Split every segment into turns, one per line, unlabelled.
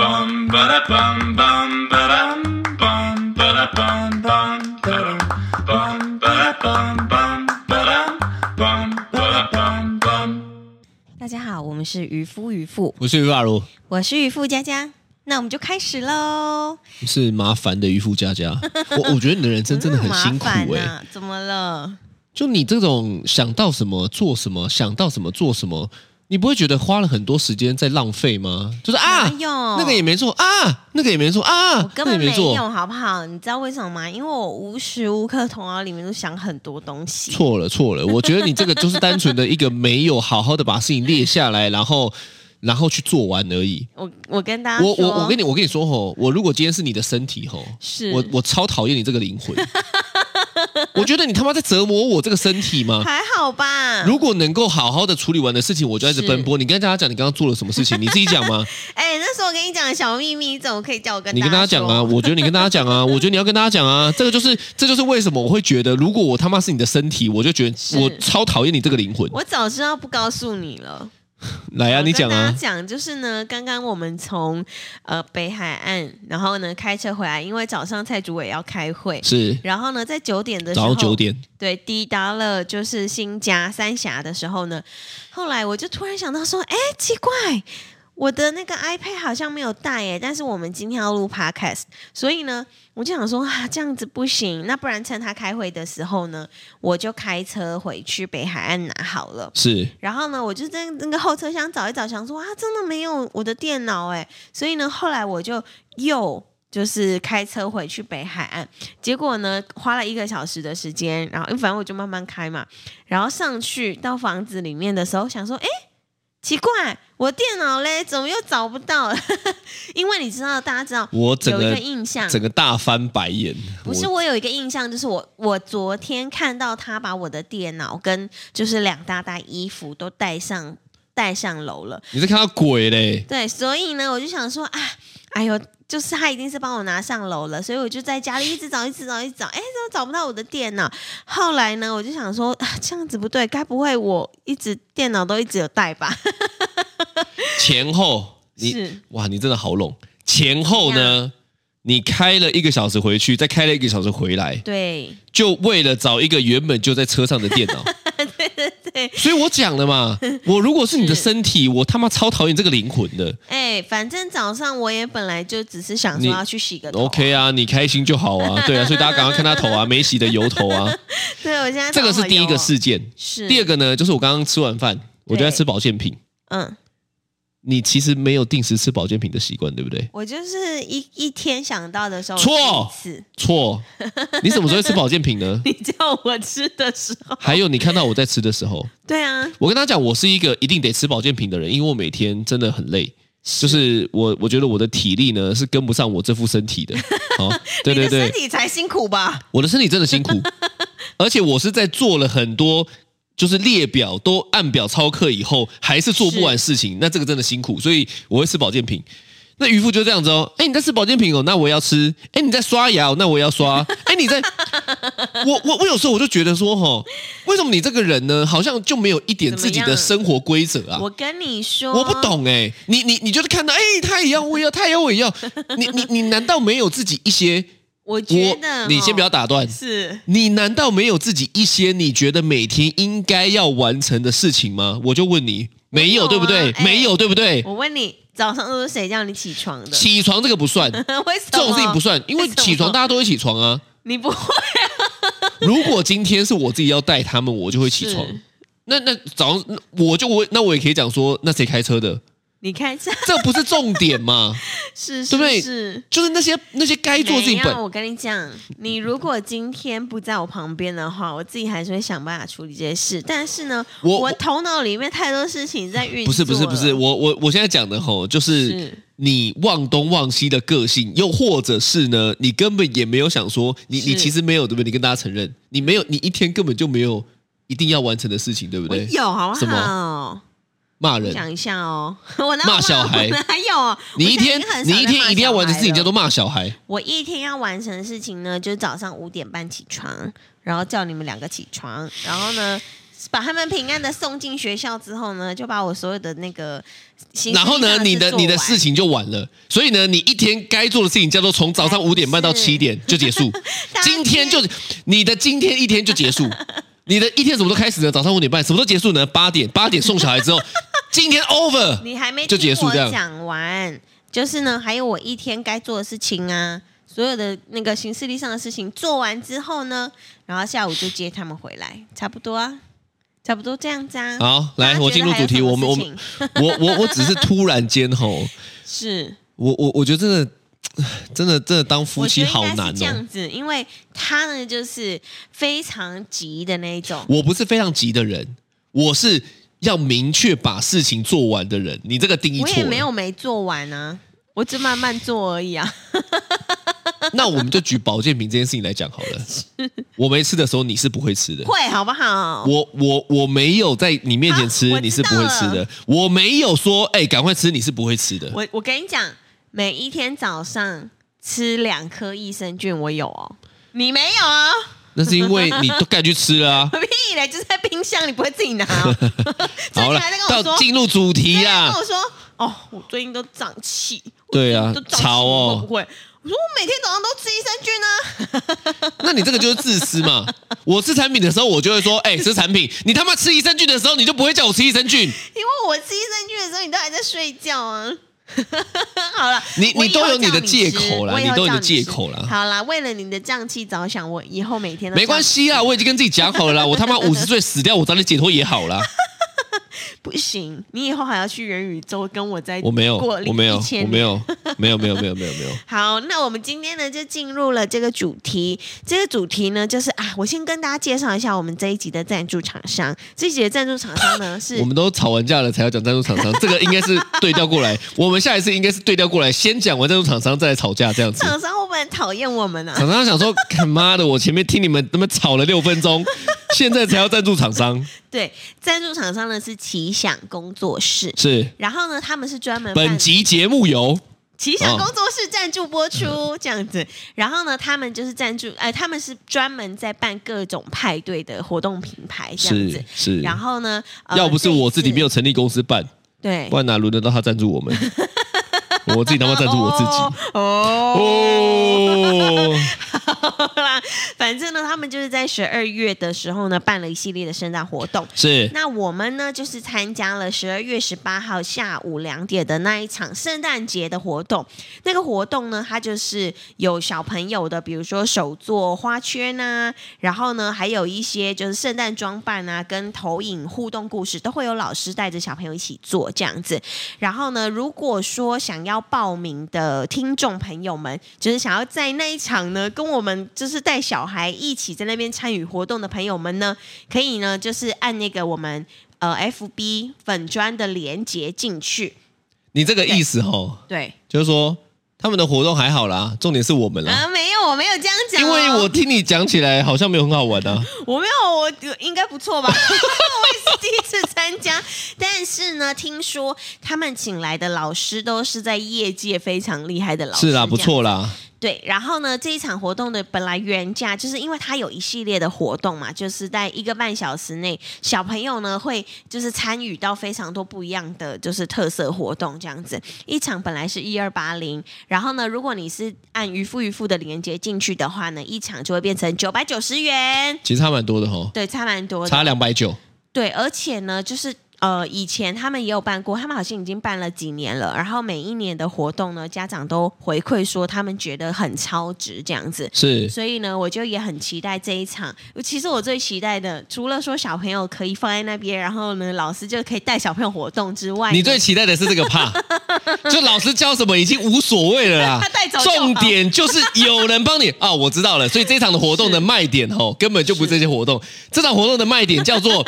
bum ba da bum bum ba dum bum ba da bum bum ba dum bum ba da bum bum ba dum bum ba da bum bum.
大家好，我们是渔夫渔妇，
我是于阿如，
我是渔夫佳佳，那我们就开始喽。
是麻烦的渔夫 佳佳。我我觉得你的人生真的很辛苦
麻
哎、
烦啊，怎么 了？
就你这种想到什么做什么，想到什么做什么，你不会觉得花了很多时间在浪费吗？就是啊，
哪有
那个也没做啊，那个也没做啊，
我根本
那个也
没
没做，
有，好不好？你知道为什么吗？因为我无时无刻头脑里面都想很多东西。
错了错了。我觉得你这个就是单纯的一个没有好好的把事情列下来，然后然后去做完而已。
我我跟大家
我
说，
我我跟你我跟你说吼，我如果今天是你的身体吼，
哦是
我我超讨厌你这个灵魂。 我觉得你他妈在折磨我这个身体吗？
还好吧？
啊如果能够好好的处理完的事情，我就一直奔波。你跟大家讲你刚刚做了什么事情，你自己讲吗？
哎、那时候我跟你讲的小秘密，你怎么可以叫 我跟
你跟大家讲啊，
说？
我觉得你跟大家讲 啊，我觉得你要跟大家讲啊，这个就是这就是为什么我会觉得，如果我他妈是你的身体，我就觉
是
得我超讨厌你这个灵魂。
我早知道不告诉你了。
来啊，
我
你讲
跟大
啊
家，讲就是呢，刚刚我们从呃北海岸，然后呢开车回来，因为早上蔡主委要开会，
是
然后呢在九点的时候，
早上九点，
对抵达了就是新家三峡的时候呢，后来我就突然想到说，哎，奇怪。我的那个 iPad 好像没有带耶，但是我们今天要录 Podcast，所以呢，我就想说啊，这样子不行，那不然趁他开会的时候呢，我就开车回去北海岸拿好了。
是
然后呢，我就在那个后车厢找一找，想说啊，真的没有我的电脑哎，所以呢，后来我就又就是开车回去北海岸，结果呢，花了一个小时的时间，然后反正我就慢慢开嘛，然后上去到房子里面的时候，想说，哎，奇怪，我电脑嘞，怎么又找不到 了？因为你知道，大家知道
我整
有一
个
个印象，
整个大翻白眼，
嗯不是
我
我有一个印象，就是我我昨天看到他把我的电脑跟就是两大袋衣服都带上带上楼了，
你是看到鬼嘞？
对，所以呢，我就想说啊，哎呦，就是他一定是帮我拿上楼了，所以我就在家里一直找，一直找，一直找，哎，怎么找不到我的电脑？后来呢，我就想说、啊、这样子不对，该不会我一直电脑都一直有带吧？
前后你
是
哇，你真的好拢。前后
怎
呢，你开了一个小时回去，再开了一个小时回来，
对，
就为了找一个原本就在车上的电 脑。对对对，所以我讲了嘛，我如果是你的
是
身体，我他妈超讨厌这个灵魂的。
哎，反正早上我也本来就只是想说
你
要去洗个头啊、
OK 啊，你开心就好 啊，对啊，所以大家赶快看他头啊，没洗的油头啊，
对我现在
这个
头好嗯
是第一
油哦
个事件。
是
第二个呢，就是我刚刚吃完饭，我就在吃保健品。
嗯。
你其实没有定时吃保健品的习惯，对不对？
我就是一一天想到的时候
错
吃一次，？
错，你什么时候会吃保健品呢
你叫我吃的时候，
还有你看到我在吃的时候，
对啊，
我跟他讲，我是一个一定得吃保健品的人，因为我每天真的很累。就是我，我觉得我的体力呢是跟不上我这副身体的。好、对对
你的身
对，
体才辛苦吧？
我的身体真的辛苦，而且我是在做了很多就是列表都按表操课以后，还是做不完事情，那这个真的辛苦，所以我会吃保健品。那渔夫就这样子哦，哎，你在吃保健品哦，那我也要吃。哎，你在刷牙、哦，那我也要刷。哎，你在， 我我我有时候我就觉得说，吼，为什么你这个人呢，好像就没有一点自己
怎么
的
样
生活规则啊？
我跟你说，
我不。懂哎、你你你就是看到哎、他也要我也要，他也要我也要，你你你难道没有自己一些？
我觉得
我你先不要
打，
打断，
是
你难道没有自己一些你觉得每天应该要完成的事情吗？我就问你，没有
我有啊
对不对？
哎
没有对不对？
我问你，早上都是谁叫你起床的？
起床这个不算，这
为什么？
种事情不算，因为
什么
起 床大家都会起床啊。
你不会
如果今天是我自己要带他们，我就会起床
是。
那那早上那我就我那我也可以讲说，那谁开车的？
你开车
这不是重点嘛？
是
对不对
是是。
就是那些那些该做自己
没
本
有我跟你讲，你如果今天不在我旁边的话，我自己还是会想办法处理这些事。但是呢，
我
我
我
头脑里面太多事情在运作
不是不是不是，
了嗯
我我我现在讲的吼，就是
是
你忘东忘西的个性，又或者是呢，你根本也没有想说，你
是
你其实没有对不对？你跟大家承认，你没有，你一天根本就没有一定要完成的事情，对不
我
对？
有好
什
不好
么？骂人，
讲一下哦， 我哪有
骂小孩
我 哪有？
你一天
我现在已经很
你
少在
一天一定要完成事情
骂小孩了
叫做骂小孩，
我一天要完成的事情呢，就是早上五点半起床，然后叫你们两个起床，然后呢把他们平安的送进学校之后呢，就把我所有的那个行
然后
事
呢，
项
你的
做
你的
完
事情就完了，所以呢，你一天该做的事情叫做从早上五点半到
是
七点就结 束
大，
今天就你的今天一天 就结束，你的一天什么时候开始呢？早上五点半，什么时候结束呢？八点，八点送小孩 之后，今天 over，
你还没
就结
听
束
我
这样
讲完，就是呢，还有我一天该做的事情啊，所有的那个行事历上的事情做完之后呢，然后下午就接他们回来，差不多啊，差不多这样子啊。
好，
大家
来，我
觉得
进入
还
主
有
题。
什么
我们我
事
们
情
我我我只是突然间吼，
是
我我我觉得真的真的真的当夫
我
妻
觉得
好
应该
难
是这
哦。
样子，因为他呢就是非常急的那一种，
我不是非常急的人，我是要明确把事情做完的人。你这个定义
我
错
也没
了。
有没做完啊，我只慢慢做而已 啊。
那我们就举保健品这件事情来讲好了。 我没吃的时候，你是不会吃的。
会好不好？
我我我没有在你面前吃，
啊我
你是
知道
不会吃的
了。
我没有说，哎、赶快吃，你是不会吃的。
我我跟你讲，每一天早上吃两颗益生菌，我有哦，你没有哦，。
那是因为你都该去吃了啊
屁嘞，就是在冰箱，你不会自己拿、 哦。最
好
近
了
还在，跟我
到
说，
进入主题
最近还
啊
跟。我说，哦，我最近都胀气，我
对啊
最近都胀气
吵哦
会不会？我说我每天早上都吃益生菌啊，
那你这个就是自私嘛。我吃产品的时候，我就会说，哎、吃产品。你他妈吃益生菌的时候，你就不会叫我吃益 生菌。
因为我吃益生菌的时候，你都还在睡觉啊。 好了，
你
我以
你都
后
有你
叫
的
你
借
吃
口啦
我以
你
后
都有
叫
你的借
吃
口啦
好啦，为了你的胀气着想，我以后每天都
没关
叫
系啊，我已经跟自己讲好了啦。我他妈五十岁死掉，我早点解脱也好啦。
不行，你以后还要去元宇宙跟我在
我没有，
过
我没有，
一千
我没。有，没有，没有，没有，没有，没有。
好，那我们今天呢就进入了这个主题。这个主题呢就是啊，我先跟大家介绍一下我们这一集的赞助厂商。这一集的赞助厂商呢是
我们都吵完架了才要讲赞助厂商，这个应该是对调过来。我们下一次应该是对调过来，先讲完赞助厂商再来吵架这样子。
厂商，会不会很讨厌我们呢、啊？
厂商想说，他妈的，我前面听你们他妈吵了六分钟，现在才要赞助厂商，
对，赞助厂商呢是奇想工作室。
是
然后呢，他们是专门
本
办
集哦节目由
奇想工作室赞助播出、这样子。然后呢，他们就是赞助，呃，他们是专门在办各种派对的活动品牌这样子
是。是，
然后呢，呃
要不是我自己没
这一
有成立公司办，
次对
不然哪轮得到他赞助我们？我自己他妈赞助我自己。
哦。
哦，
好啦，反正呢，他们就是在十二月的时候呢，办了一系列的圣诞活动。
是
那我们呢，就是参加了十二月十八号下午两点的那一场圣诞节的活动。那个活动呢，它就是有小朋友的，比如说手做花圈啊，然后呢，还有一些就是圣诞装扮啊，跟投影互动故事，都会有老师带着小朋友一起做这样子。然后呢，如果说想要报名的听众朋友们，就是想要在那一场呢，跟我们就是带小孩一起在那边参与活动的朋友们呢，可以呢，就是按那个我们呃 FB 粉砖的连接进去。
你这个意思吼，
对
就是说他们的活动还好啦，重点是我们啦。
啊，没有，我没有这样讲
因
哦、
为我听你讲起来好像没有很好玩啊，
我没有，我应该不错吧？ 我也是第一次参加，但是呢，听说他们请来的老师都是在业界非常厉害的老师，
是啦，不
这样
错啦，
对，然后呢，这一场活动的本来原价就是因为它有一系列的活动嘛，就是在一个半小时内，小朋友呢会就是参与到非常多不一样的就是特色活动这样子。一场本来是一二八零，然后呢，如果你是按渔夫渔夫的连接进去的话呢，一场就会变成九百九十元，
其实差蛮多的吼，
对，差蛮多的。
差两百九。
对，而且呢，就是呃，以前他们也有办过，他们好像已经办了几年了。然后每一年的活动呢，家长都回馈说他们觉得很超值这样子。
是
所以呢，我就也很期待这一场。其实我最期待的，除了说小朋友可以放在那边，然后呢，老师就可以带小朋友活动之外呢，
你最期待的是这个 怕，就老师教什么已经无所谓了啦
他带走。就好
重点就是有人帮你啊，我知道了。所以这场的活动的卖点吼，根本就不是这些活动。这场活动的卖点叫做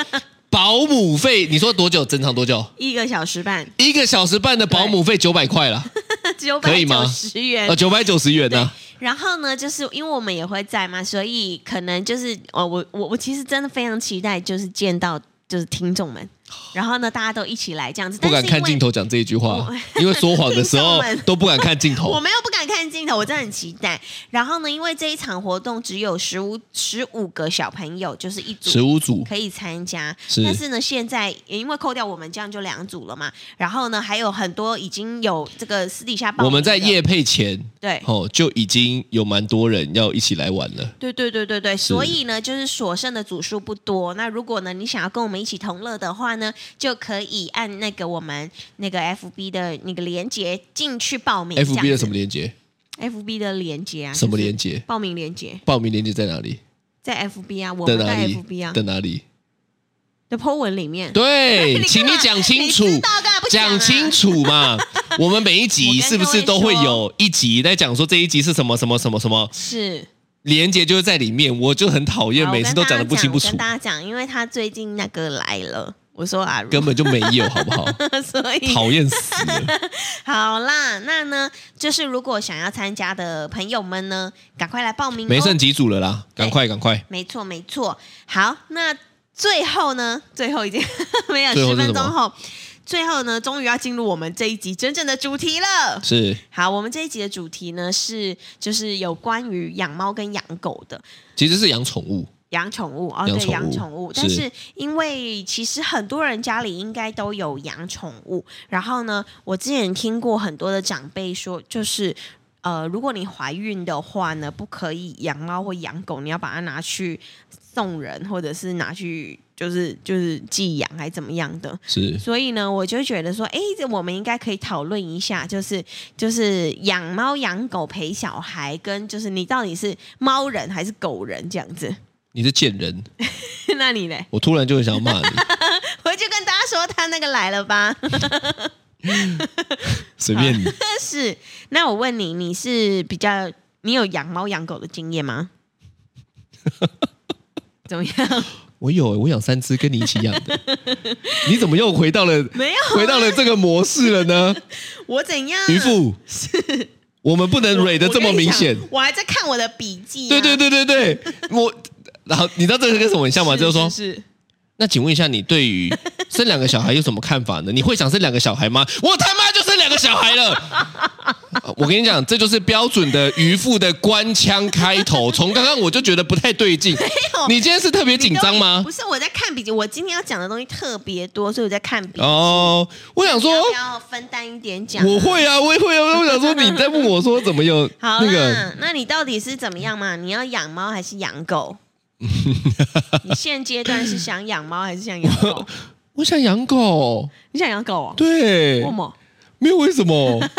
保姆费，你说多久？整场多久？
一个小时半
一个小时半的保姆费九百块啦，
九
可
百
以吗呃
九十元
呃，九百九十元呢、
对，然后呢，就是因为我们也会在嘛，所以可能就是哦，我我我其实真的非常期待，就是见到就是听众们，然后呢，大家都一起来这样子，
不敢
但
看
是因为
镜。头讲这一句话，因为说谎的时候
听众们
都不敢看镜
我
头。
们又不敢看镜镜头，我真的很期待。然后呢，因为这一场活动只有十五十五个小朋友，就是一组
十五组，
可以参加。
是
但是呢，现在因为扣掉我们这样就两组了嘛，然后呢，还有很多已经有这个私底下报名的
我们在夜配前
对。
哦就已经有蛮多人要一起来玩了。
对对对对对，所以呢，就是所剩的组数不多。那如果呢，你想要跟我们一起同乐的话呢，就可以按那个我们那个 FB 的那个连接进去报名。
FB 的什么
连
连接？
？FB 的连接啊？
什么
就是
连接？
报名连接
报名连接在哪里？
在 FB 啊，我
在
们
哪
在
里
FB？啊
在哪里？
的 po 文里面。
对，
你
请
干嘛
你讲清楚，
你知道干嘛不讲啊
清楚 嘛。我们每一集是不是都会
我
有一集在讲说这一集是什么什么什么什么，
是。
连接就是在里面，我就很讨厌，
好
每次都讲的不清不
我
楚
跟，大家讲，因为他最近那个来了，我说啊，
根本就没有，好 不好？
嗯所以
讨厌死了！
好啦，那呢，就是如果想要参加的朋友们呢，赶快来报名、哦。
没剩几组了 啦，赶快赶快！
没错，没错。好，那最后呢？最后已经 没有
最后
十
是
分钟
什么
后，最后呢，终于要进入我们这一集真正的主题了。
是，
好，我们这一集的主题呢是就是有关于养猫跟养狗的。
其实是养宠物，
养宠物哦，
养
对，
宠
养
物
宠物，
是
但是因为其实很多人家里应该都有养宠物，然后呢，我之前听过很多的长辈说，就是呃，如果你怀孕的话呢，不可以养猫或养狗，你要把它拿去送人，或者是拿去就是就是寄养还怎么样的，
是
所以呢，我就觉得说，哎，这我们应该可以讨论一下，就是就是养猫养狗陪小孩，跟就是你到底是猫人还是狗人这样子。
你是贱人，
那你嘞？
我突然就很想骂 你，
我就跟大家说他那个来了吧。
随便你。
但是，那我问你，你是比较你有养猫养狗的经验 吗？怎么样？
我有，我养三只，跟你一起养的。你怎么又回到 了
没有，
回到了这个模式 了呢？
我怎样？
渔夫，是我们不能
我
蕊的这么明显
我。跟你讲我还在看我的笔记、啊。
对对对对对，我然后你知道这个跟什么很像吗？就是说，
是
那请问一下，你对于 生两个小孩有什么看法呢？你会想生两个小孩吗？我他妈就生两个小孩了！ 我跟你讲，这就是标准的渔夫的官腔开头。从刚刚我就觉得不太对劲。你今天是特别紧张吗
不？是，我在看笔记。我今天要讲的东西特别多，所以我在看笔记。
哦，我想
你
说，
要不要分担一点讲？
我会啊，我也会啊。我想说，你在问我说怎么有
好啦，啊
那个？
那你到底是怎么样嘛？你要养猫还是养 狗？你现阶段是想养猫还是想养 狗？
我想养狗，
你想养狗哦？
对，
为什么？
没有为什么，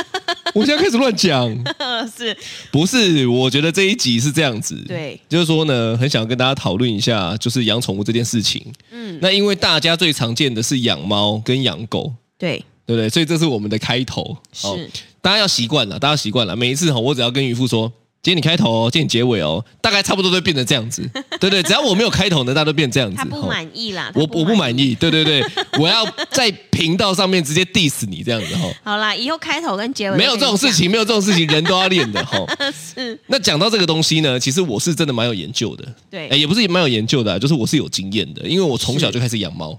我现在开始乱讲。
是
不是，我觉得这一集是这样子，
对，
就是说呢，很想跟大家讨论一下，就是养宠物这件事情。
嗯，
那因为大家最常见的是养猫跟养狗，
对，
对不对？所以这是我们的开头。哦
是
好大家要习惯了，大家习惯了。每一次哈，我只要跟渔夫说。今天你开头哦，今天你结尾哦，大概差不多都变成这样子， 对不对？只要我没有开头呢，大家都变这样子。
他不
吼
满意啦，
我
他
哦我不满
意。
意，对对对， 我要在频道上面直接 diss 你这样子哈、
好啦，以后开头跟结尾
没有这种事情，没有这种事情，人都要练的哈、
都是 这样。是，
那讲到这个东西呢，其实我是真的蛮有研究的，
对
哎，也不是蛮有研究的啊、就是我是有经验的，因为我从小
是
就开始养猫，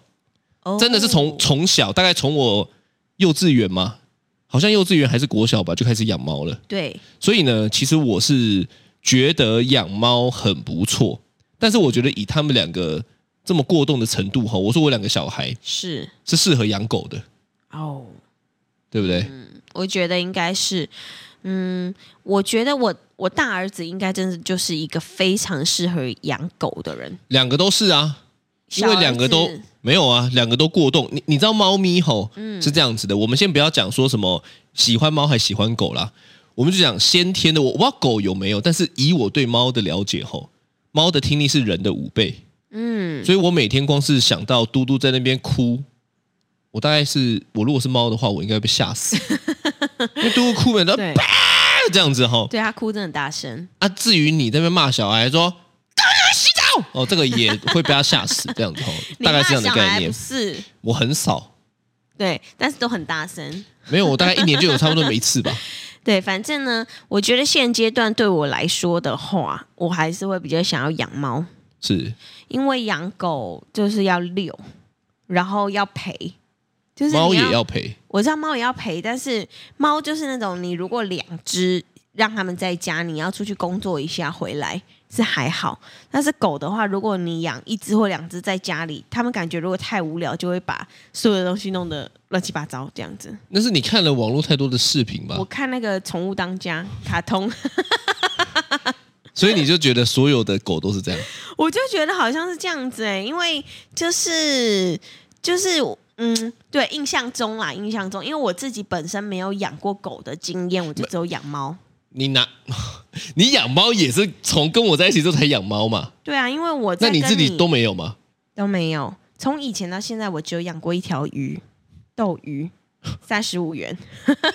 哦
真的是从从小大概从我幼稚园嘛，好像幼稚园还是国小吧就开始养猫了，
对
所以呢，其实我是觉得养猫很不错，但是我觉得以他们两个这么过动的程度哈，我说我两个小孩
是
是适合养狗的，
哦，
对不对？
我觉得应该是，嗯，我觉得我我大儿子应该真的就是一个非常适合养狗的人，
两个都是啊，因为
小儿
两个都
子嗯
没有啊，两个都过动。你你知道猫咪吼、是这样子的，我们先不要讲说什么喜欢猫还喜欢狗啦，我们就讲先天的。我我不知道狗有没有，但是以我对猫的了解吼，猫的听力是人的五倍，
嗯
所以我每天光是想到嘟嘟在那边哭，我大概是我如果是猫的话，我应该被吓死，因为嘟嘟哭了，然后
对。
这样子吼。
对他哭真的很大声，
啊，至于你在那边骂小孩说。洗澡哦，这个也会被他吓死，这样子哦，
你
大概是这
骂
样的
小
概
孩
念
不。是
我很少，
对，但是都很大声。
没有，我大概一年就有差不多每一次吧。
对，反正呢，我觉得现阶段对我来说的话，我还是会比较想要养猫，
是，
因为养狗就是要遛，然后要陪，就是你
猫也
要
要陪，
我知道猫也要陪，但是猫就是那种你如果两只让他们在家，你要出去工作一下回来是还好。但是狗的话，如果你养一只或两只在家里，他们感觉如果太无聊，就会把所有的东西弄得乱七八糟这样子。
那是你看了网络太多的视频吧
我？看那个《宠物当家》卡通，
所以你就觉得所有的狗都是这样。
我就觉得好像是这样子哎、因为就是就是嗯，对，印象中啦，印象中，因为我自己本身没有养过狗的经验，我就只有养猫。
你拿 你养猫也是从跟我在一起之后才养猫嘛？
对啊，因为我在
那你
跟
自己都没有吗？
都没有，从以前到现在，我只有养过一条鱼，斗 鱼，三十五元。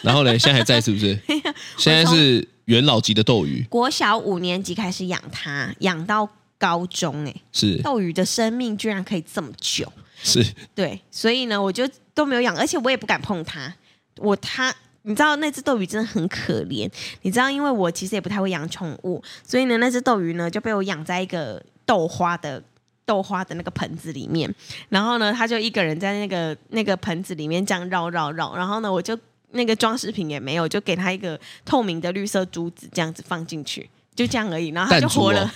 然后嘞，现在还在是 不是？
哎
现在是元老级的斗鱼，
国小五年级开始养它，养到高中、欸，
是
斗鱼的生命居然可以这么久，
是，
对，所以呢，我就都没有养，而且我也不敢碰它，我它。你知道那只斗鱼真的很可怜，你知道，因为我其实也不太会养宠物，所以呢，那只斗鱼呢就被我养在一个豆花的豆花的那个盆子里面，然后呢，它就一个人在那个那个盆子里面这样绕绕绕，然后呢，我就那个装饰品也没有，就给它一个透明的绿色珠子这样子放进去，就这样而已，然后它就
弹珠哦
活了，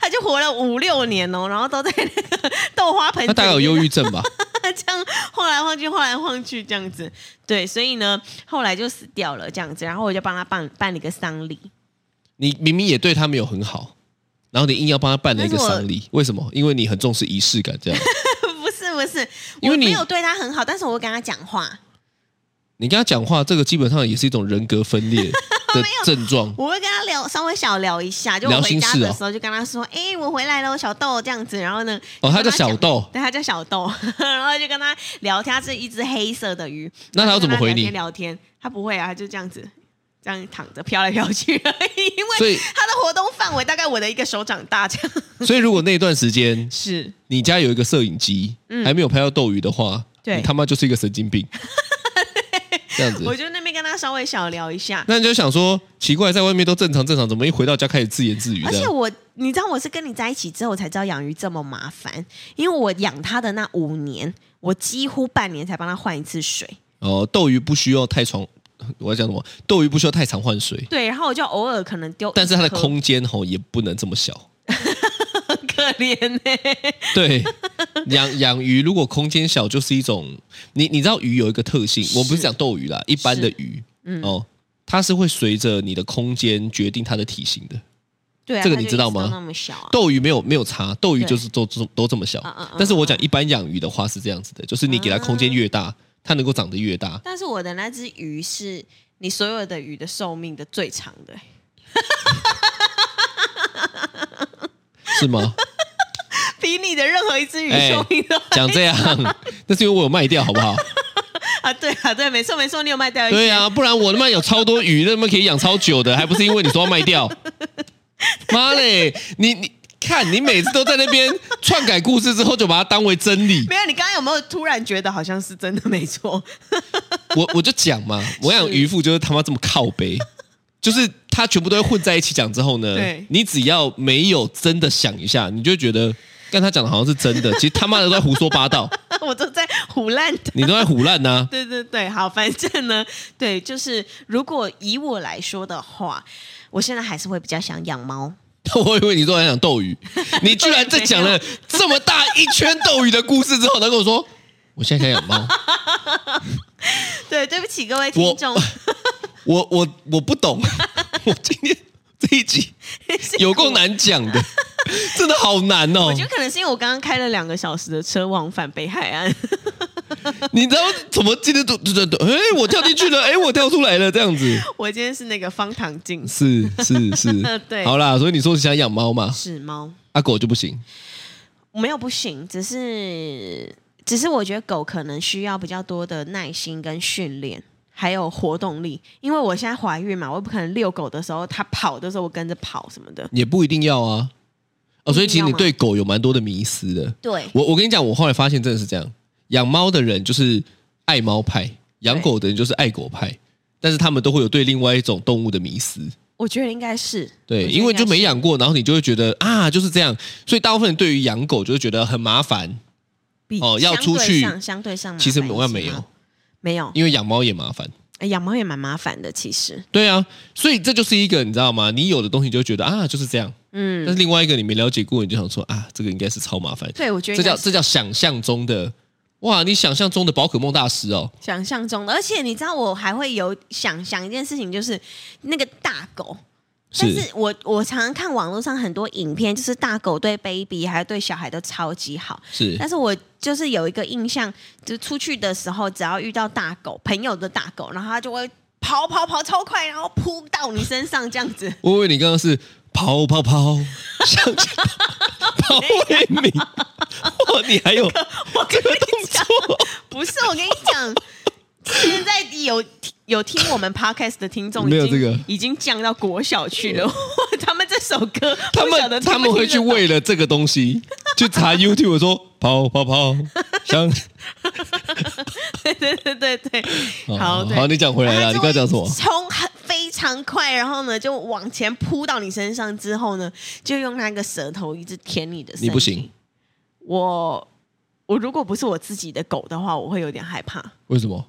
它就活了五六年哦，然后都在那个 豆花盆子
他
里
大概有
面
忧郁症 吧？
这样晃来晃去，晃来晃去这样子。对，所以呢，后来就死掉了这样子。然后我就帮他办办了一个丧礼，
你明明也对他没有很好，然后你硬要帮他办了一个丧
哦
礼，为什么？因为你很重视仪式感，这 样。
不是不是，
因
我
为你
没有对他很好，但是我会跟他讲话，
你跟他讲话，这个基本上也是一种人格分裂 的症状。
我会跟他聊稍微小聊一下，就我
聊
回
心
家
事
的
哦
时候就跟他说，哎、我回来了，小豆这样子。然后呢，
哦，他
就
叫
跟讲
小，豆，
对，他叫小豆， 然后就跟他聊天，他是一只黑色的鱼，
那他要怎么回
就跟他
你？
聊天聊天，他不会啊，他就这样子。这样躺着飘来飘去而已，因
所
为
以，
他的活动范围大概我的一个手掌大，这样
所以如果那段时间
是
你家有一个摄影机，还没有拍到斗鱼的话，
嗯对
你他妈就是一个神 经病。这样
我
子，
就那边跟他稍微小聊一下。
那你就想说，奇怪，在外面都正常正常，怎么一回到家开始自言自语
而
这
且
样？
我，你知道我是跟你在一起之后，我才知道养鱼这么麻烦。因为我养它的那五年，我几乎半年才帮它换一次水。
哦，斗鱼不需要太常，我要讲什么？斗鱼不需要太常换水，
对，然后我就偶尔可能丢一颗，
但是它的空间吼也不能这么小。
很 可怜欸呢、
对， 养养鱼如果空间小，就是一种你你知道鱼有一个特性，我不是讲斗鱼啦，一般的鱼，哦，它是会随着你的空间决定它的体型的。
对啊，
这个
它
你
就
知道
一直
吗
都那么小啊，
斗鱼没有没有差，斗鱼
对
就是都都都这么小
嗯嗯嗯。
但是我讲一般养鱼的话是这样子的，就是你给它空间越大，它能够长得越大。
但是我的那只鱼是你所有的鱼的寿命的最长的欸、
是吗？
比你的任何一只鱼
哎
寿命都、
讲这样， 那是因为我有卖掉，好不好？
啊，对啊，对，没错没错，你有卖掉一些
对啊，不然我他妈有超多鱼，那么可以养超久的，还不是因为你说要卖掉？妈嘞，你你看，你每次都在那边篡改故事之后，就把它当为真 理。
没有，你刚刚有没有突然觉得好像是真的？没错，
我我就讲嘛，我养渔夫就是他妈这么靠背，就是他全部都会混在一起讲之后呢
对，
你只要没有真的想一下，你就会觉得。但他讲的好像是真的，其实他妈的都在胡说八道，
我都在胡乱
你都在胡啊乱呐、
对对对，好，反正呢，对，就是如果以我来说的话，我现在还是会比较想养猫。
我以为你都在讲斗鱼，你居然在讲了这么大一圈斗鱼的故事之后，他跟我说，我现在想养猫，
对，对不起各位听众，
我我我不懂，我今天这一集有够难讲的，真的好难哦
我觉。得可能是因为我刚刚开了两个小时的车往返北海岸，
你知道怎么今天都都都，哎，我跳进去了，哎，我跳出来了，这样子，
我今天是那个方糖镜，
是是是
对
好啦，所以你说你想养猫嘛，
是猫，
啊狗就不行，
没有不行，只是只是我觉得狗可能需要比较多的耐心跟训练。还有活动力，因为我现在怀孕嘛，我也不可能遛狗的时候它跑的时候我跟着跑什么的。
也不一定要啊。哦，所以其实
一定要
你
吗
对狗有蛮多的迷思的。
对，
我我跟你讲，我后来发现真的是这样，养猫的人就是爱猫派，养狗的人就是爱狗派，但是他们都会有对另外一种动物的迷思。
我觉得应该是
对，
我觉得
因
应
为
该
就是没养过，然后你就会觉得啊就是这样，所以大部分人对于养狗就会觉得很麻烦。
比
哦要
相
出
对
去
上相对上麻
其实
烦一
我
些
没有
嗯吗，没有，
因为养猫也麻烦。
哎养猫也蛮麻烦的，其实，
对啊，所以这就是一个你知道吗？你有的东西你就觉得啊就是这样，但
嗯，
是另外一个你没了解过，你就想说啊这个应该是超麻烦，
对，我觉得
这
应该
叫这叫想象中的哇，你想象中的宝可梦大师哦，
想象中的，而且你知道，我还会有想想一件事情，就是那个大狗。但
是
是我我常常看网络上很多影片，就是大狗对 baby 还有对小孩都超级好。
是
但是我就是有一个印象，就是出去的时候，只要遇到大狗，朋友的大狗，然后它就会跑跑跑超快，然后扑到你身上这样子。
我以为你刚刚是跑跑跑，像跑魏明，哇，你还有
我跟
这个
你
动
讲，
作，
不是，我跟你讲，现在有有听我们 podcast 的听众，
没有这个哦
已经已经降到国小去了。 他们这首歌，
他
不晓得
们
听不
他们会去
听得懂
为了这个东西去查 YouTube 说跑跑跑，像
对对对对，好，对
哦好，你讲回来
然
了，
后
你
就
刚才讲什
会
么？
冲很非常快，然后呢就往前扑到你身上之后呢，就用那个舌头一直舔你的身体。
你不行，
我我如果不是我自己的狗的话，我会有点害怕。
为什么？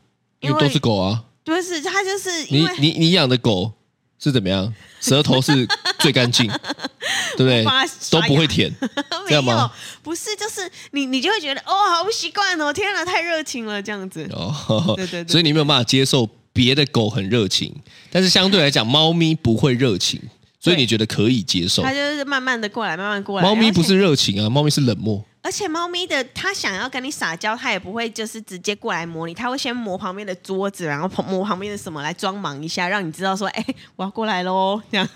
因
因
为
为都是狗啊，
就是它就是因
你
为
你你养的狗是怎么样？ 舌头是最干净，对不对
我帮它？刷
都
牙
不会舔， 这样
没有
吗，
不是，就是你你就会觉得哦，好不习惯哦，天哪，太热情了这样子。
哦，
对对对
所以你没有办法接受别的狗很热情，但是相对来讲，猫咪不会热 情，所以
对
你觉得可以接受
它。就是慢慢的过来，慢慢过来。
猫咪不
而且，
是热情啊，猫咪是冷漠。
而且猫咪的它想要跟你撒娇，它也不会就是直接过来摸你，它会先摸旁边的桌子，然后碰摸旁边的什么来装忙一下，让你知道说，哎、我要过来喽，这样。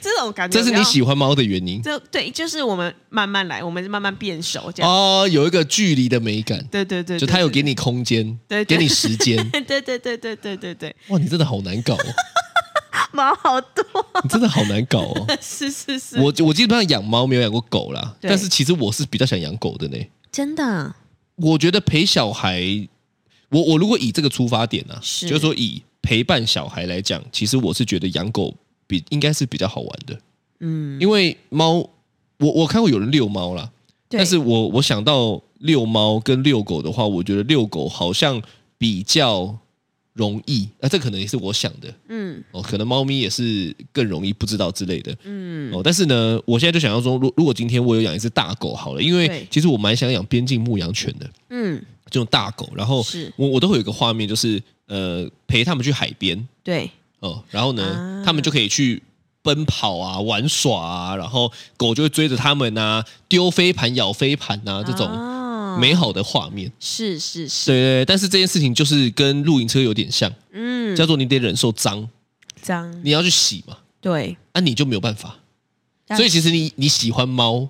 这种感觉
这
比
是
较，
你喜欢猫的原因
这对，就是我们慢慢来，我们慢慢变熟这样。
哦，有一个距离的美感，
对对对，
就
对
它有给你空间，
对
给
对
你时间。
对对对对对对对对，
哇，你真的好难搞哦，
毛好多，
你真的好难搞哦。
是是 是，
我我基本上养猫没有养过狗啦，
对
但是其实我是比较想养狗的呢。
真的
我觉得陪小孩，我我如果以这个出发点呢、啊，
是
就是说以陪伴小孩来讲，其实我是觉得养狗比应该是比较好玩的，嗯，因为猫，我我看过有人遛猫啦，
对
但是我我想到遛猫跟遛狗的话，我觉得遛狗好像比较容易，啊，这可能也是我想的，
嗯
哦，可能猫咪也是更容易不知道之类的。
嗯，
哦，但是呢，我现在就想要说，如如果今天我有养一只大狗好了，因为
对
其实我蛮想养边境牧羊犬的
嗯，
这种大狗，然后
是
我我都会有一个画面，就是呃陪他们去海边
对，
哦、然后呢、
啊
他们就可以去奔跑啊、玩耍啊，然后狗就会追着他们啊，丢飞盘、咬飞盘啊这种
哦
美好的画面。
是是是，
对对对，但是这件事情就是跟露营车有点像，
嗯，
叫做你得忍受脏，
脏，
你要去洗嘛，
对，
啊你就没有办法。
但
所以其实你你喜欢猫，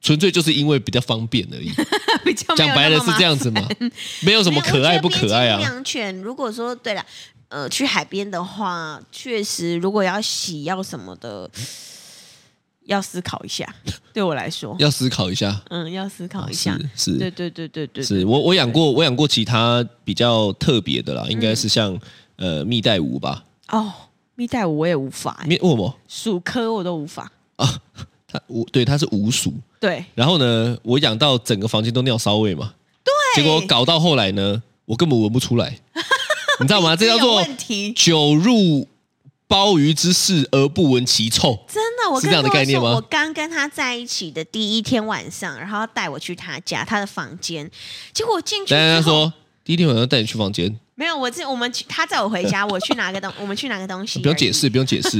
纯粹就是因为比较方便而已。
比较 没
讲
有
白
那
了
么
是
麻
这样子嘛，没有什么
没有我
可
觉
爱
得
不可爱
边境牧
啊。
羊犬，如果说对了，呃，去海边的话，确实如果要洗要什么的，要思考一下。对我来说，
要思考一下，
嗯，要思考一下。
是是
对对对对对，嗯
是我我养过我养过其他比较特别的啦，应该是像、呃蜜袋鼯吧，
哦，蜜袋鼯我也无法、欸，
蜜为什么
鼠科我都无法。
啊？它无对它是无鼠，
对，
然后呢，我养到整个房间都尿骚味嘛，对，结果搞到后来呢，我根本闻不 出来，你知道吗？这叫
有
做
问题。
久入鲍鱼之室而不闻其臭，
真的，我
是
跟
这样的
洛
概念
说
吗
我刚跟他在一起的第一天晚上，然后他带我去他家他的房间，结果我进去
但是
之
他
后，
说第一天晚上带你去房间，
没有，我这我们去他载我回家，我去拿个东， 我们去拿个东西，
不用解释，，不用解 释，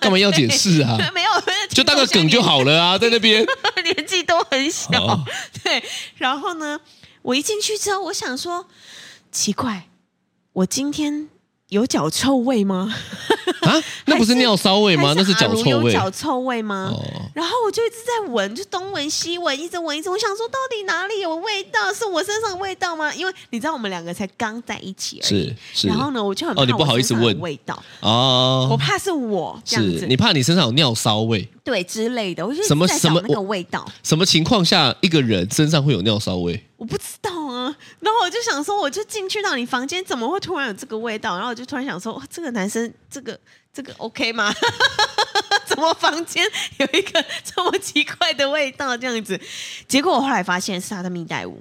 干嘛要解释啊？
没有，没有
就当个梗就，好了啊，在那
听
边。
众现在 年年纪都很小，
哦
对。然后呢，我一进去之后，我想说，奇怪，我今天有脚臭味吗？
啊，那不是尿骚味吗？
还
那是
阿
脚
如
臭
有
味。
脚臭味吗？
哦，
然后我就一直在闻，就东闻西闻，一直闻一直闻。我想说，到底哪里有味道？是我身上的味道吗？因为你知道，我们两个才刚在一起而已。
是是。
哎然后呢，我就很
哦你
怕
不
我
好
身
意思
上有
问
味道，我
哦，
怕是我这样
是
子，
你怕你身上有尿骚味？
对之类的。我就一直
什么
在
什
找
么
那个
我
味道，
什么情况下一个人身上会有尿骚味？
我不知道啊。然后我就想说，我就进去到你房间，怎么会突然有这个味道？然后我就突然想说，哇，这个男生，这个这个 OK 吗？ 怎么房间有一个这么奇怪的味道？这样子，结果我后来发现是他的蜜袋鼯。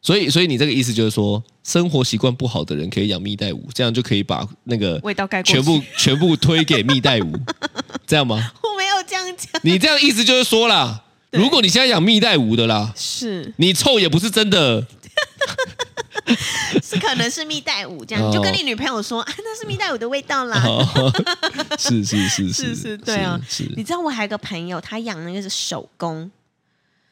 所以，所以你这个意思就是说，生活习惯不好的人可以养蜜袋鼯，这样就可以把那个
味道盖过去
全部全部推给蜜袋鼯， 这样吗？
我没有这样讲，
你这样意思就是说啦，
对
如果你现在养蜜袋鼯的啦，
是
你臭也不 是 真的，
是可能是蜜袋鼯这样，
哦
你就跟你女朋友说啊，那是蜜袋鼯的味道啦。
哦、 是是是
是
是
是，对啊
是
你知道我还有个朋友，他养那个是手工，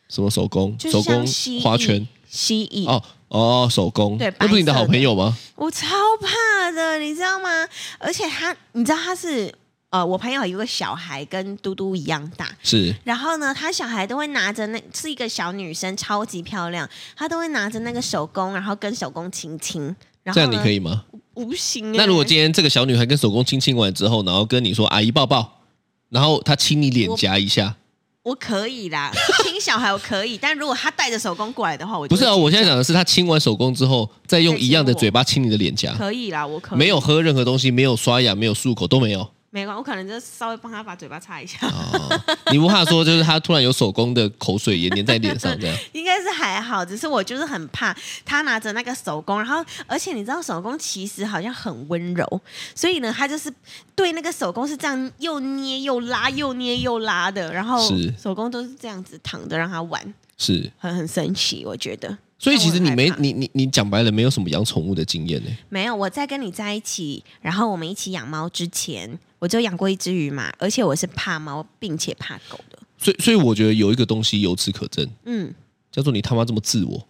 什么手工
就
手
是
工
像蜥蜴、
花圈
蜥蜴。
哦哦手工，
对
那不是你的
白色的
好朋友吗？
我超怕的，你知道吗？而且他，你知道他是呃，我朋友有个小孩跟嘟嘟一样大，
是
然后呢，他小孩都会拿着那是一个小女生，超级漂亮，她都会拿着那个手工，然后跟手工亲亲。然后
这样你可
以
以吗？
无形、欸。
那如果今天这个小女孩跟手工亲亲完之后，然后跟你说阿姨抱抱，然后她亲你脸颊一下，
我可以啦， 亲小孩我可以，但如果他带着手工过来的话，我就
不是啊，我现在讲的是她亲完手工之后，再用
再
一
亲
样的
我
嘴巴亲你的脸颊，
可以啦，我可以
没有喝任何东西，没有刷牙，没有漱口，都没 有。
没关，我可能就稍微帮他把嘴巴擦一下，
哦，你不怕说就是她突然有手工的口水也粘在脸上 这样？
应该是还好，只是我就是很怕他拿着那个手工，然后而且你知道手工其实好像很温柔，所以呢，他就是对那个手工是这样又捏又拉，又捏又拉的，然后
是
手工都是这样子躺着让他玩，
是，
很很神奇，我觉得。
所以其实你没
但我很害怕
你你你讲白了，没有什么养宠物的经验呢、
没有，我在跟你在一起，然后我们一起养猫之前，我就养过一只鱼嘛，而且我是怕猫并且怕狗的。
所以所以我觉得有一个东西由此可证，
嗯，
叫做你他妈这么自我，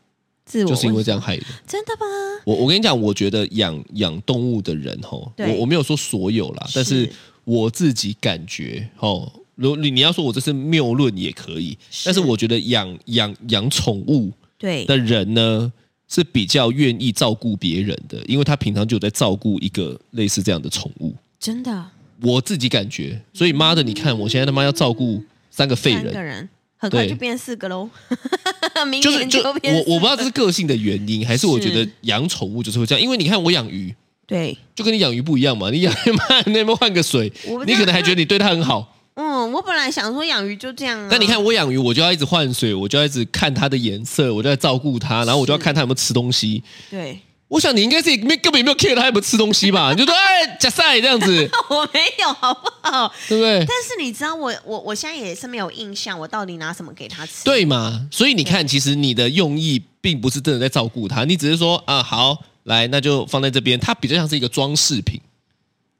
自我
就是因为
为
这样害的。
真的吗？
我我跟你讲，我觉得养养动物的人吼，
对
我我没有说所有啦，但是我自己感觉吼，如你你要说我这是谬论也可以，
是
但是我觉得养养养宠物
对，
的人呢。是比较愿意照顾别人的，因为他平常就有在照顾一个类似这样的宠物。
真的
我自己感觉，所以妈的，你看我现在他妈要照顾三个废
三
人
个，人很快
对
就变四个喽， 明
就是
年
就我
变四个
我不知道这是个性的原因，还是我
是
觉得养宠物就是会这样。因为你看我养鱼，
对，
就跟你养鱼不一样嘛，你养妈你那边换个水
我不，知
你
道
可能还觉得你对它很好，
嗯，我本来想说养鱼就这样啊，
但你看我养鱼，我就要一直换水，我就要一直看它的颜色，我就要照顾它，然后我就要看它有没有吃东西。
对，
我想你应该是也没根本也没有 care 它有没有吃东西吧，你就说哎假赛这样子，
我没有好不好？
对不对？
但是你知道我我我现在也是没有印象，我到底拿什么给他吃？
对嘛？所以你看，其实你的用意并不是真的在照顾它，你只是说啊，好，来，那就放在这边，它比较像是一个装饰品，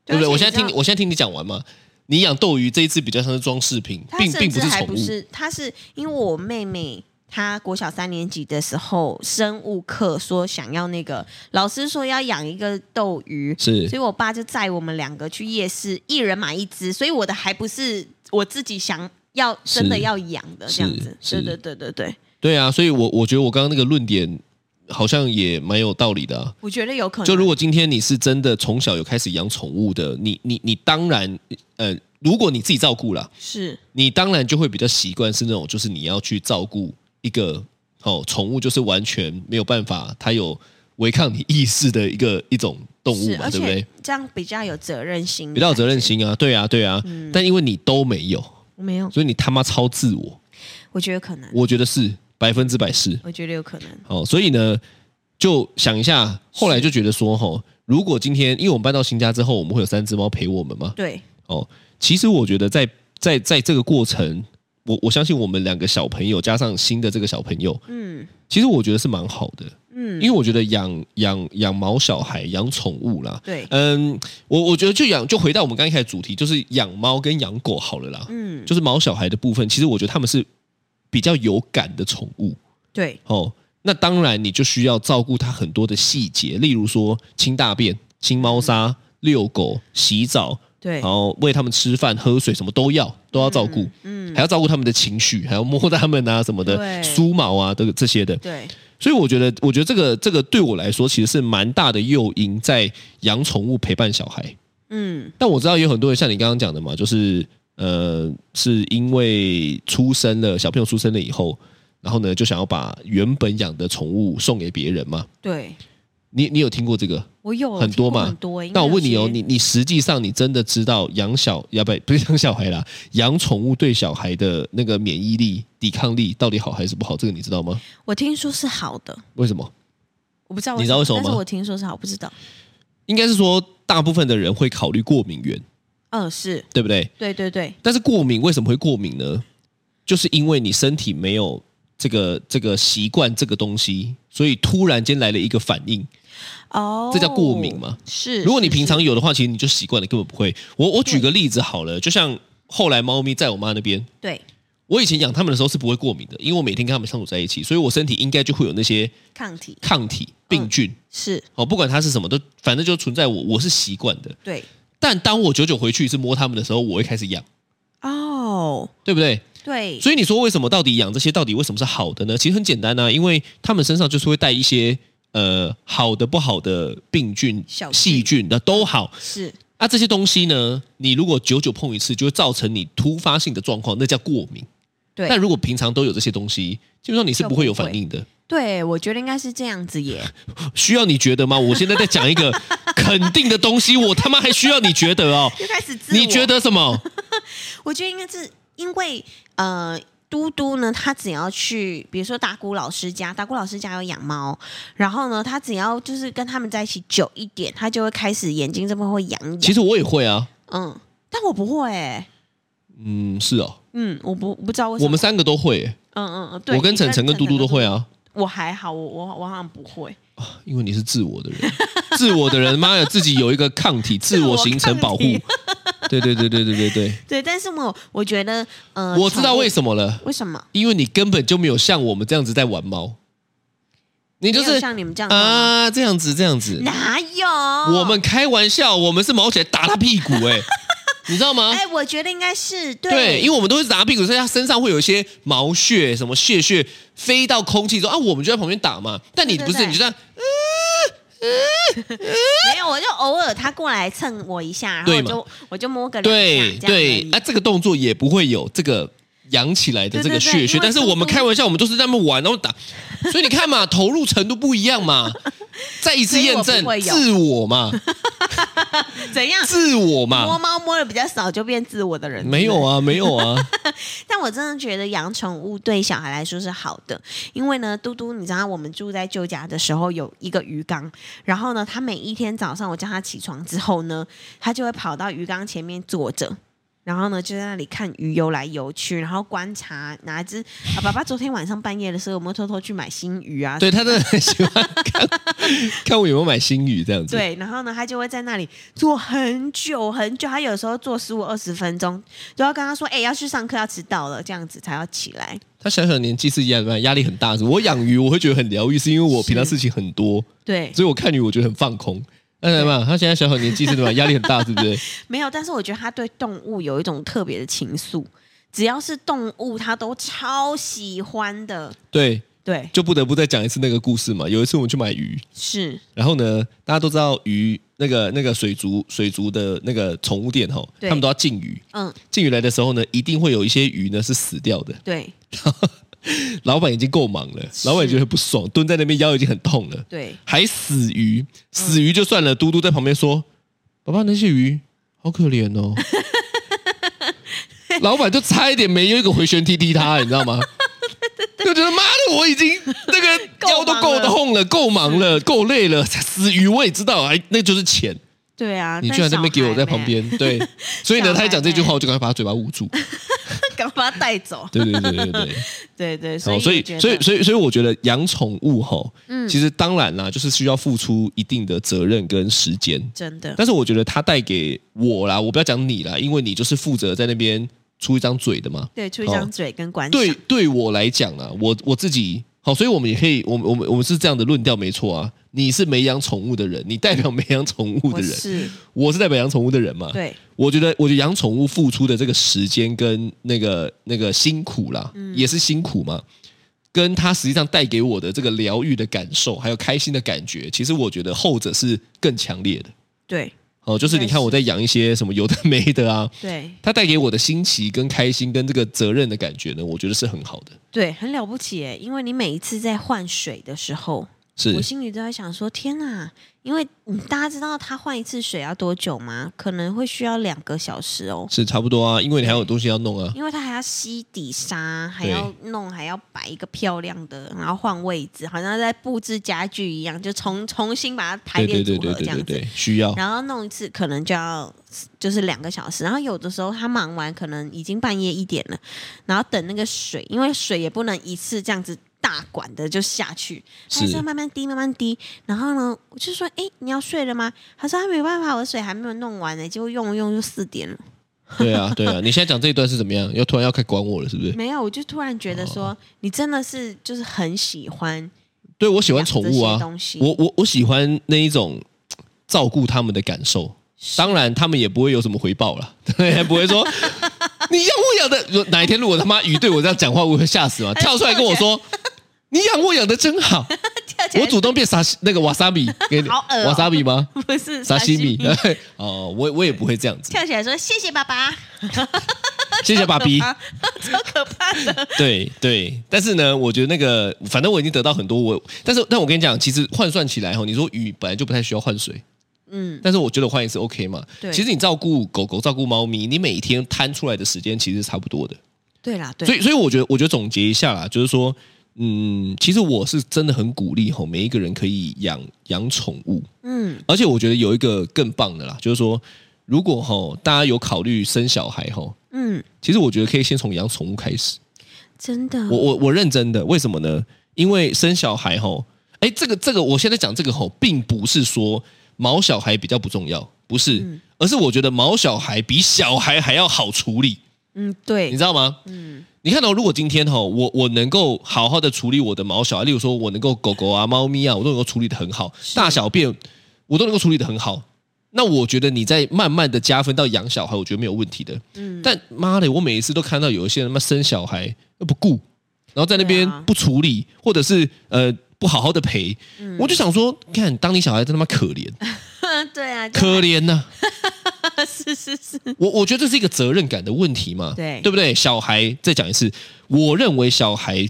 对
而
不对？
且
我现在
你知道
听你，我现在听你讲完嘛，你养斗鱼这一次比较像是装饰品，
他
并
甚
并不
至
是
还
宠
不
物。
是，他是因为我妹妹她国小三年级的时候，生物课说想要那个老师说要养一个斗鱼，
是
所以我爸就载我们两个去夜市，一人买一只，所以我的还不是我自己想要真的
是
要养的这样子，对
是是
对对对对，
对啊，所以我我觉得我刚刚那个论点好像也蛮有道理的、啊。
我觉得有可能，
就如果今天你是真的从小有开始养宠物的，你你你当然呃，如果你自己照顾啦，
是
你当然就会比较习惯是那种，就是你要去照顾一个哦，宠物就是完全没有办法，它有违抗你意识的一个 一种动物
是，
嘛，
而
对不对
且？这样比较有责任心，
比较有责任，心啊，对啊，对啊。
嗯
但因为你都没有，
没有，
所以你他妈超自我，
我觉得可能，
我觉得是百分之百是
我觉得有可能，
哦。所以呢，就想一下，后来就觉得说，吼、如果今天因为我们搬到新家之后，我们会有三只猫陪我们嘛，
对，
哦，其实我觉得在在在这个过程，我我相信我们两个小朋友加上新的这个小朋友，
嗯
其实我觉得是蛮好的，因
嗯，
为我觉得养养养毛小孩、养宠物啦，
对，
嗯，我我觉得就养就回到我们刚一开始主题，就是养猫跟养狗好了啦，
嗯
就是毛小孩的部分，其实我觉得他们是比较有感的宠物
对，
哦。那当然，你就需要照顾它很多的细节，例如说清大便、清猫砂、遛狗、洗澡，
嗯对
然，后喂他们吃饭、喝水，什么都要都要照顾，
嗯，
还要照顾他们的情绪， 还要摸他们啊什么的，
对
梳毛啊这个这些的。
对，
所以我觉得，我觉得这个这个对我来说其实是蛮大的诱因，在养宠物陪伴小孩。
嗯，
但我知道有很多人像你刚刚讲的嘛，就是呃，是因为出生了小朋友出生了以后，然后呢就想要把原本养的宠物送给别人嘛。
对，
你你有听过这个？
我有
很
听
多
过
嘛
很多。应该
那我问你哦，
有些
你你实际上你真的知道养小呀不不是养小孩啦，养宠物对小孩的那个免疫力、抵抗力到底好还是不好？这个你知道吗？
我听说是好的，
为什么？
我不知道
你知道为什么
但是
吗
我听说是好，不知道。
应该是说大部分的人会考虑过敏源，
嗯，是
对不对？
对对对，
但是过敏为什么会过敏呢？就是因为你身体没有这个这个习惯这个东西，所以突然间来了一个反应，
哦，
这叫过敏吗？
是。
如果你
是
平常
是
有的话，其实你就习惯了，根本不会。我我举
对
个例子好了，就像后来猫咪在我妈那边，
对
我以前养它们的时候是不会过敏的，因为我每天跟它们相处在一起，所以我身体应该就会有那些
抗体
抗体、病菌、
嗯是
哦，不管它是什么，都反正就存在我，我是习惯的。
对
但当我久久回去一次摸它们的时候，我会开始痒，
哦，
对不对？
对，
所以你说为什么到底养这些到底为什么是好的呢？其实很简单啊，因为它们身上就是会带一些呃好的不好的病菌、
小菌
细菌的都好。
是
啊，这些东西呢，你如果久久碰一次，就会造成你突发性的状况，那叫过敏。
对
但如果平常都有这些东西，基本上你是不会有反应的。
对，我觉得应该是这样子耶。
需要你觉得吗？我现在在讲一 个肯定的东西，我他妈还需要你觉得哦？
又开始自我
你觉？得什么？
我觉得应该是因为呃。嘟嘟呢，他只要去，比如说达姑老师家，达姑老师家有养猫，然后呢，他只要就是跟他们在一起久一点，他就会开始眼睛这边会痒
其
痒。
实我也会啊。
嗯，但我不会、欸，
嗯，是哦，
嗯，我不我不知道为什
我
么。
们三个都会。
嗯嗯嗯，对，
我跟
你
晨晨跟嘟嘟都会
啊。
啊，
我还好，我我我好像不会。
因为你是自我的人， 自我的人，妈呀，自己有一个抗 体，自我形成保护
自我。
对对对对对 对对，
对，但是我我觉得，呃，
我知道为
么，
什么了。
为什么
因为你根本就没有像我们这样子在玩猫，你就
没有
是
像你们这样弄吗
啊这样子这样子。
哪有？
我们开玩笑，我们是毛起来打他屁股、 哎，你知道吗？
哎，我觉得应该是对，
对，因为我们都会打他屁股，所以他身上会有一些毛屑、什么屑屑飞到空气中啊，我们就在旁边打嘛。但你
对对
不是，
对
你就这样，
没有，我就偶尔他过来蹭我一下，然后
对
我
嘛
就我就摸个两
对
下，这样而
对
已，
啊，这个动作也不会有这个扬起来的这个
对对
血
对因
血
为，
但是我们
动作
开玩笑，我们都是在那么玩，然后打，所以你看嘛，投入程度不一 样嘛，再一次验
所以我
证
不会有
自我嘛，
怎样？
自我
摸
嘛，
猫摸的比较少，就变自我的人
没有。啊，没有 啊，
但我真的觉得养宠物对小孩来说是好的，因为呢，嘟嘟，你知道我们住在旧家的时候有一个鱼缸，然后呢，他每一天早上我叫他起床之后呢，他就会跑到鱼缸前面坐着。然后呢，就在那里看鱼游来游去，然后观察哪一只啊。爸爸昨天晚上半夜的时候，有没有偷偷去买新鱼啊？
对他真的很喜欢看看我有没有买新鱼这样子，
对，然后呢，他就会在那里坐很久很久，他有时候坐十五二十分钟，就要跟他说：“哎、要去上课，要迟到了，这样子才要起来。
他小小年纪是压力压力很大，是我养鱼我会觉得很疗愈，是因为我平常事情很多，”
对，
所以我看鱼我觉得很放空。那什么，他现在小小年纪是吧？压力很大，对不对？
没有，但是我觉得他对动物有一种特别的情愫，只要是动物，他都超喜欢的。
对，
对，
就不得不再讲一次那个故事嘛。有一次我们去买鱼，
是
然后呢，大家都知道鱼那个那个水族水族的那个宠物店吼，他
对
们都要进鱼。
嗯，
进鱼来的时候呢，一定会有一些鱼呢是死掉的。
对
老板已经够忙了，老板也觉得很不爽，蹲在那边腰已经很痛了，
对，
还死鱼，死鱼就算了。嘟嘟在旁边说：“爸爸，那些鱼好可怜 哦。”老板就差一点没有一个回旋踢踢他，你知道吗？就觉得妈的，我已经那个
够
腰都
忙
够
了
痛了，够忙了，够累了，死鱼我也知道，哎，那就是钱。
对啊！
你
但
居然在那边
小
给
孩
我在
妹
旁，边，对，所以呢，
小
他
孩
一讲这句
妹
话，我就赶快把他嘴巴捂住。
赶快把他带走。
对对对对对。
对对，所
哦，
以
所以
我觉
所以
得嗯
所以所以我觉得养宠物吼，其实当然啦，就是需要付出一定的责任跟时间。
真的
但是我觉得它带给我啦，我不要讲你啦，因为你就是负责在那边出一张嘴的嘛。
对，出一
哦
张嘴跟观赏，
对，对我来讲啦，我我自己好，所以我们也可以，我们我们我们是这样的论调没错啊。你是没养宠物的人，你代表没养宠物
我
的人，
是
我是代表养宠物的人嘛。
对
我觉得，我觉得养宠物付出的这个时间跟那个那个辛苦啦，
嗯
也是辛苦嘛，跟它实际上带给我的这个疗愈的感受，还有开心的感觉，其实我觉得后者是更强烈的。
对
哦，就是你
应该
看
是
我在养一些什么有的没的啊，
对
它带给我的新奇跟开心跟这个责任的感觉呢，我觉得是很好的。
对，很了不起耶！因为你每一次在换水的时候，
是
我心里都在想说：天哪！因为你大家知道他换一次水要多久吗？可能会需要两个小时哦，
是差不多啊，因为你还有东西要弄啊。
因为他还要吸底沙，还
对
要弄，还要摆一个漂亮的，然后换位置，好像在布置家具一样，就重重新把它排
对对
列组
对
合
对
这
对
样
对
子。
对，需要
然后弄一次可能就要就是两个小时，然后有的时候他忙完可能已经半夜一点了，然后等那个水，因为水也不能一次这样子大管的就下去，
是
他说慢慢滴慢慢滴，然后呢我就说哎你要睡了吗？他说他没办法，我的水还没有弄完呢、结果用一用就四点了，
对啊 对啊。你现在讲这一段是怎么样？要突然要开始管我了，是不是？
没有，我就突然觉得说、你真的是就是很喜欢
对我喜欢宠
养
物
这
啊
些东西，
我我我喜欢那一种嘖照顾他们的感受。当然，他们也不会有什么回报了，对， 不会说你养我养的。如哪一天如果他妈鱼对我这样讲话，我会吓
哎
死吗？跳出来跟我说，你养我养的真好，
跳起来
我主动变沙西那个瓦萨比给你，
好恶哦
瓦萨比吗？
不是
沙西米
米
哦，我我也不会这样子。
跳起来说谢谢爸爸，
谢谢爸 比。
超可怕的，
对对，但是呢，我觉得那个，反正我已经得到很多我，但是但我跟你讲，其实换算起来哈，你说鱼本来就不太需要换水，
嗯。
但是我觉得我换一次 OK 嘛。
对
其实你照顾狗狗、照顾猫咪，你每天摊出来的时间其实是差不多的。
对啦，对，
所以，所以我觉得，我觉得总结一下啦，就是说，嗯，其实我是真的很鼓励吼，每一个人可以养养宠物，
嗯，
而且我觉得有一个更棒的啦，就是说，如果吼大家有考虑生小孩吼，
嗯，
其实我觉得可以先从养宠物开始。
真的，
我我我认真的，为什么呢？因为生小孩吼，哎，这个这个，我现在讲这个吼，并不是说毛小孩比较不重要，不是，而是我觉得毛小孩比小孩还要好处理，
嗯，
你
对，
知道吗？嗯，你看到、如果今天吼，我我能够好好的处理我的毛小孩，例如说我能够狗狗啊、猫咪啊，我都能够处理的很好，大小便我都能够处理的很好。那我觉得你在慢慢的加分到养小孩，我觉得没有问题的。
嗯，
但妈的，我每一次都看到有一些人他妈生小孩又不顾，然后在那边
对啊
不处理，或者是呃不好好的陪，
嗯
我就想说，看当你小孩真他妈可 怜，
对啊，就
可怜呐、
是是是，
我我觉得这是一个责任感的问题嘛，
对
对不对？小孩再讲一次，我认为小孩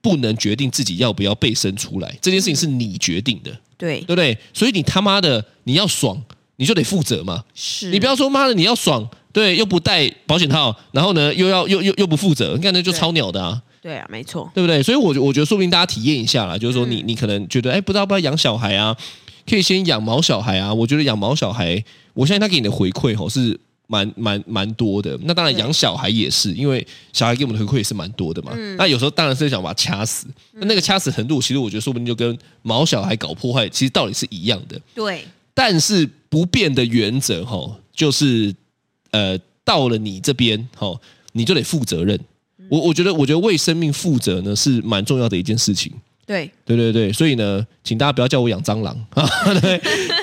不能决定自己要不要被生出来，这件事情是你决定的，
对
对，不对？所以你他妈的你要爽，你就得负责嘛，
是，
你不要说妈的，你要爽，对，又不戴保险套，然后呢，又要又又又不负责，你看那就
对
超鸟的啊，
对啊，没错，
对不对？所以我觉我觉得，说不定大家体验一下啦，就是说你、你可能觉得，哎，不知道要不要养小孩啊，可以先养毛小孩啊。我觉得养毛小孩，我相信他给你的回馈吼是蛮蛮蛮多的。那当然
对
养小孩也是，因为小孩给我们的回馈也是蛮多的嘛。那有时候当然是想把它掐死，那那个掐死程度，其实我觉得说不定就跟毛小孩搞破坏，其实道理是一样的。
对，
但是不变的原则哈、吼就是呃，到了你这边哈、吼你就得负责任。我我觉得，我觉得为生命负责呢是蛮重要的一件事情。
对，
对对对，所以呢，请大家不要叫我养蟑螂 啊！对，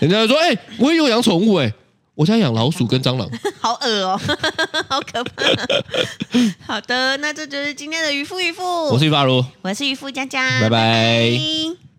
人家就说，哎、我也有养宠物哎、我家养老鼠跟蟑螂。
好恶哦， 好可怕。 好的，那这就是今天的渔夫渔夫，
我是发如。
我是渔夫佳佳，
拜拜
拜